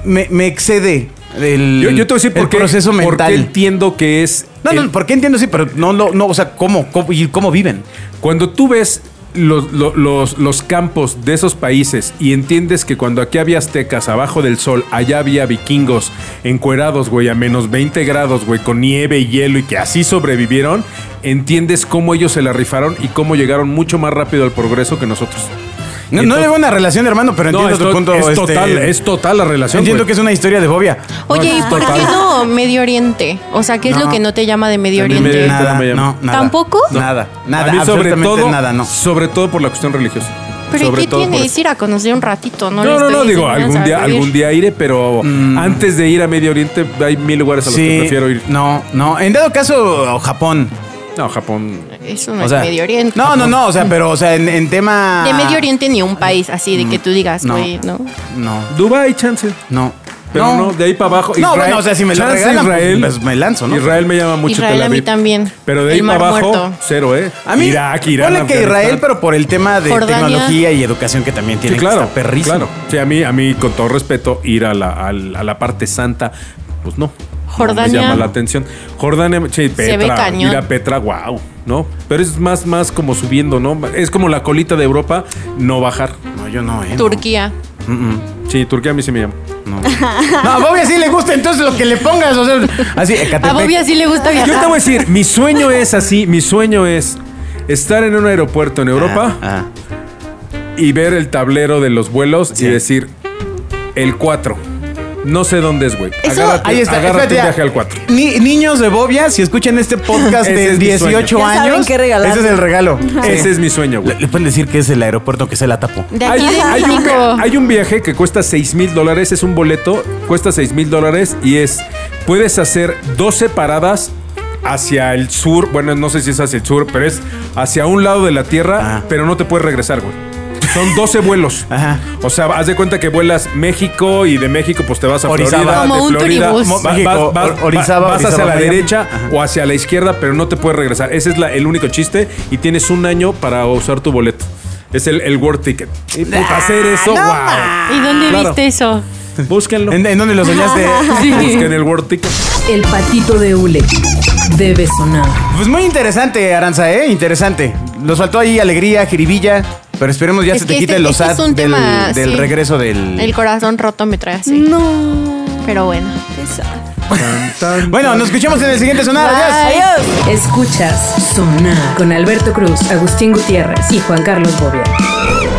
Speaker 2: me, me excede el,
Speaker 3: Yo, yo te voy a decir
Speaker 2: el
Speaker 3: por qué,
Speaker 2: proceso
Speaker 3: por qué
Speaker 2: mental.
Speaker 3: entiendo que es. eh,
Speaker 2: no, no,
Speaker 3: el-
Speaker 2: ¿por qué entiendo? Sí, pero no, no, no o sea, ¿cómo, cómo, y cómo viven?
Speaker 3: Cuando tú ves los, lo- los- los campos de esos países y entiendes que cuando aquí había aztecas abajo del sol, allá había vikingos encuerados, güey, a menos 20 grados, güey, con nieve y hielo y que así sobrevivieron, entiendes cómo ellos se la rifaron y cómo llegaron mucho más rápido al progreso que nosotros.
Speaker 2: No, no
Speaker 3: Entonces-
Speaker 2: le veo una relación, hermano, pero
Speaker 3: No,
Speaker 2: entiendo
Speaker 3: es,
Speaker 2: tu
Speaker 3: to-
Speaker 2: punto.
Speaker 3: es
Speaker 2: este,
Speaker 3: total, es total la relación.
Speaker 2: Entiendo que
Speaker 3: güey.
Speaker 2: es una historia de fobia.
Speaker 5: Oye, ¿y
Speaker 3: No,
Speaker 5: por
Speaker 3: total.
Speaker 5: qué no Medio Oriente? O sea, ¿qué es
Speaker 2: No.
Speaker 5: lo que no te llama de Medio
Speaker 3: A mí me-
Speaker 5: Oriente?
Speaker 3: Este
Speaker 2: Nada,
Speaker 3: no me llama.
Speaker 2: no, nada.
Speaker 5: ¿Tampoco?
Speaker 2: No. Nada, nada,
Speaker 3: A mí sobre
Speaker 2: absolutamente
Speaker 3: todo,
Speaker 2: nada, no.
Speaker 3: Sobre todo por la cuestión religiosa.
Speaker 5: Pero ¿y
Speaker 3: sobre
Speaker 5: qué
Speaker 3: todo por
Speaker 5: tiene?
Speaker 3: eso.
Speaker 5: Es ir a conocer un ratito, ¿no?
Speaker 3: No, no,
Speaker 5: Le
Speaker 3: no,
Speaker 5: estoy
Speaker 3: digo,
Speaker 5: enseñando
Speaker 3: algún
Speaker 5: a
Speaker 3: día,
Speaker 5: vivir.
Speaker 3: algún día iré, pero
Speaker 2: Mm.
Speaker 3: antes de ir a Medio Oriente hay mil lugares a los que prefiero ir.
Speaker 2: No, no. En dado caso, o Japón.
Speaker 3: No, Japón.
Speaker 5: Eso no
Speaker 2: o
Speaker 5: es
Speaker 2: sea,
Speaker 5: Medio Oriente.
Speaker 2: No, no, no. O sea, pero, o sea, en, en tema.
Speaker 5: De Medio Oriente
Speaker 3: Mm,
Speaker 5: ni un país así de que tú digas, güey, ¿no?
Speaker 2: No,
Speaker 3: Dubai, chance.
Speaker 2: no.
Speaker 3: Pero no, de ahí para abajo.
Speaker 2: No, bueno, o sea, si me lo
Speaker 3: chance
Speaker 2: regalan, pues, pues, me lanzo, ¿no?
Speaker 3: Israel me llama mucho.
Speaker 5: Israel
Speaker 3: Tel
Speaker 5: a mí
Speaker 3: Aviv.
Speaker 5: también.
Speaker 3: Pero de ahí
Speaker 5: El Mar
Speaker 3: para abajo,
Speaker 5: Muerto.
Speaker 3: cero, ¿eh?
Speaker 2: A mí,
Speaker 3: Irak, Irán.
Speaker 2: ponle que
Speaker 3: Afganistán.
Speaker 2: Israel, pero por el tema de
Speaker 5: Jordania.
Speaker 2: tecnología y educación que también
Speaker 3: Sí,
Speaker 2: tiene que
Speaker 3: claro.
Speaker 2: estar perrísimo.
Speaker 3: Claro. Sí, a mí, a mí, con todo respeto, ir a la, al- a la parte santa, pues no.
Speaker 5: Jordania.
Speaker 3: No me llama la atención. Jordania, sí, Petra.
Speaker 5: ve cañón.
Speaker 3: Ir a Petra, wow, ¿no? Pero es más, más como subiendo, ¿no? Es como la colita de Europa, no bajar.
Speaker 2: No, yo no, ¿eh? no.
Speaker 5: Turquía.
Speaker 3: Sí, Turquía a mí sí me llama.
Speaker 2: No, no a Bobby sí le gusta entonces lo que le pongas. O sea, así,
Speaker 5: A Bobby
Speaker 2: Ecatepec.
Speaker 5: así le gusta viajar.
Speaker 3: Yo te voy a decir, mi sueño es así, mi sueño es estar en un aeropuerto en Europa
Speaker 2: Ah,
Speaker 3: y ver el tablero de los vuelos
Speaker 2: Sí.
Speaker 3: y decir el 4. No sé dónde es, güey.
Speaker 5: Eso-
Speaker 3: Agárrate,
Speaker 2: Ahí está. espérate,
Speaker 3: agárrate un
Speaker 2: ya.
Speaker 3: viaje al 4.
Speaker 2: Ni- niños de Bobia, si escuchan este podcast
Speaker 3: Ese
Speaker 2: de
Speaker 3: es mi sueño.
Speaker 2: 18
Speaker 4: Ya saben
Speaker 2: años,
Speaker 4: qué regalar.
Speaker 2: ese es el regalo.
Speaker 3: Ese es mi sueño,
Speaker 2: Le,
Speaker 3: güey.
Speaker 2: le pueden decir que es el aeropuerto que se la tapó.
Speaker 5: De aquí de
Speaker 3: hay, un,
Speaker 5: México.
Speaker 3: via- hay un viaje que cuesta 6 mil dólares, es un boleto, cuesta 6 mil dólares y es, puedes hacer 12 paradas hacia el sur, bueno, no sé si es hacia el sur, pero es hacia un lado de la Tierra,
Speaker 2: Ah.
Speaker 3: pero no te puedes regresar, güey. Son 12 vuelos.
Speaker 2: Ajá.
Speaker 3: O sea, haz de cuenta que vuelas México y de México pues te vas a
Speaker 2: Orizaba.
Speaker 3: Florida.
Speaker 5: Como
Speaker 3: de
Speaker 5: un
Speaker 3: Florida,
Speaker 5: turibús.
Speaker 3: va-
Speaker 2: México,
Speaker 3: vas- vas-
Speaker 2: Orizaba,
Speaker 3: vas hacia
Speaker 2: Orizaba,
Speaker 3: la
Speaker 2: Miami.
Speaker 3: derecha
Speaker 2: Ajá.
Speaker 3: o hacia la izquierda, pero no te puedes regresar. Ese es la- el único chiste y tienes un año para usar tu boleto. Es el, el World Ticket. Y puta, hacer eso, wow.
Speaker 5: ¿Y dónde
Speaker 3: Claro.
Speaker 5: viste eso?
Speaker 3: Búsquenlo.
Speaker 2: ¿En, en dónde lo soñaste?
Speaker 3: Busquen el World Ticket.
Speaker 1: El patito de Ule debe sonar.
Speaker 2: Pues muy interesante, Aranza, ¿eh? Interesante. Nos faltó ahí alegría, jiribilla, pero esperemos ya
Speaker 5: Es
Speaker 2: se
Speaker 5: que
Speaker 2: te quite
Speaker 5: este-
Speaker 2: los
Speaker 5: este
Speaker 2: sad
Speaker 5: es un
Speaker 2: del,
Speaker 5: tema,
Speaker 2: del
Speaker 5: sí.
Speaker 2: regreso del...
Speaker 5: El corazón roto me trae así.
Speaker 3: Mm.
Speaker 4: No.
Speaker 5: Pero bueno.
Speaker 4: Qué sad.
Speaker 2: Bueno, nos escuchamos en el siguiente sonar. Adiós.
Speaker 4: Adiós.
Speaker 1: Escuchas Sonar con Alberto Cruz, Agustín Gutiérrez y Juan Carlos Bobia.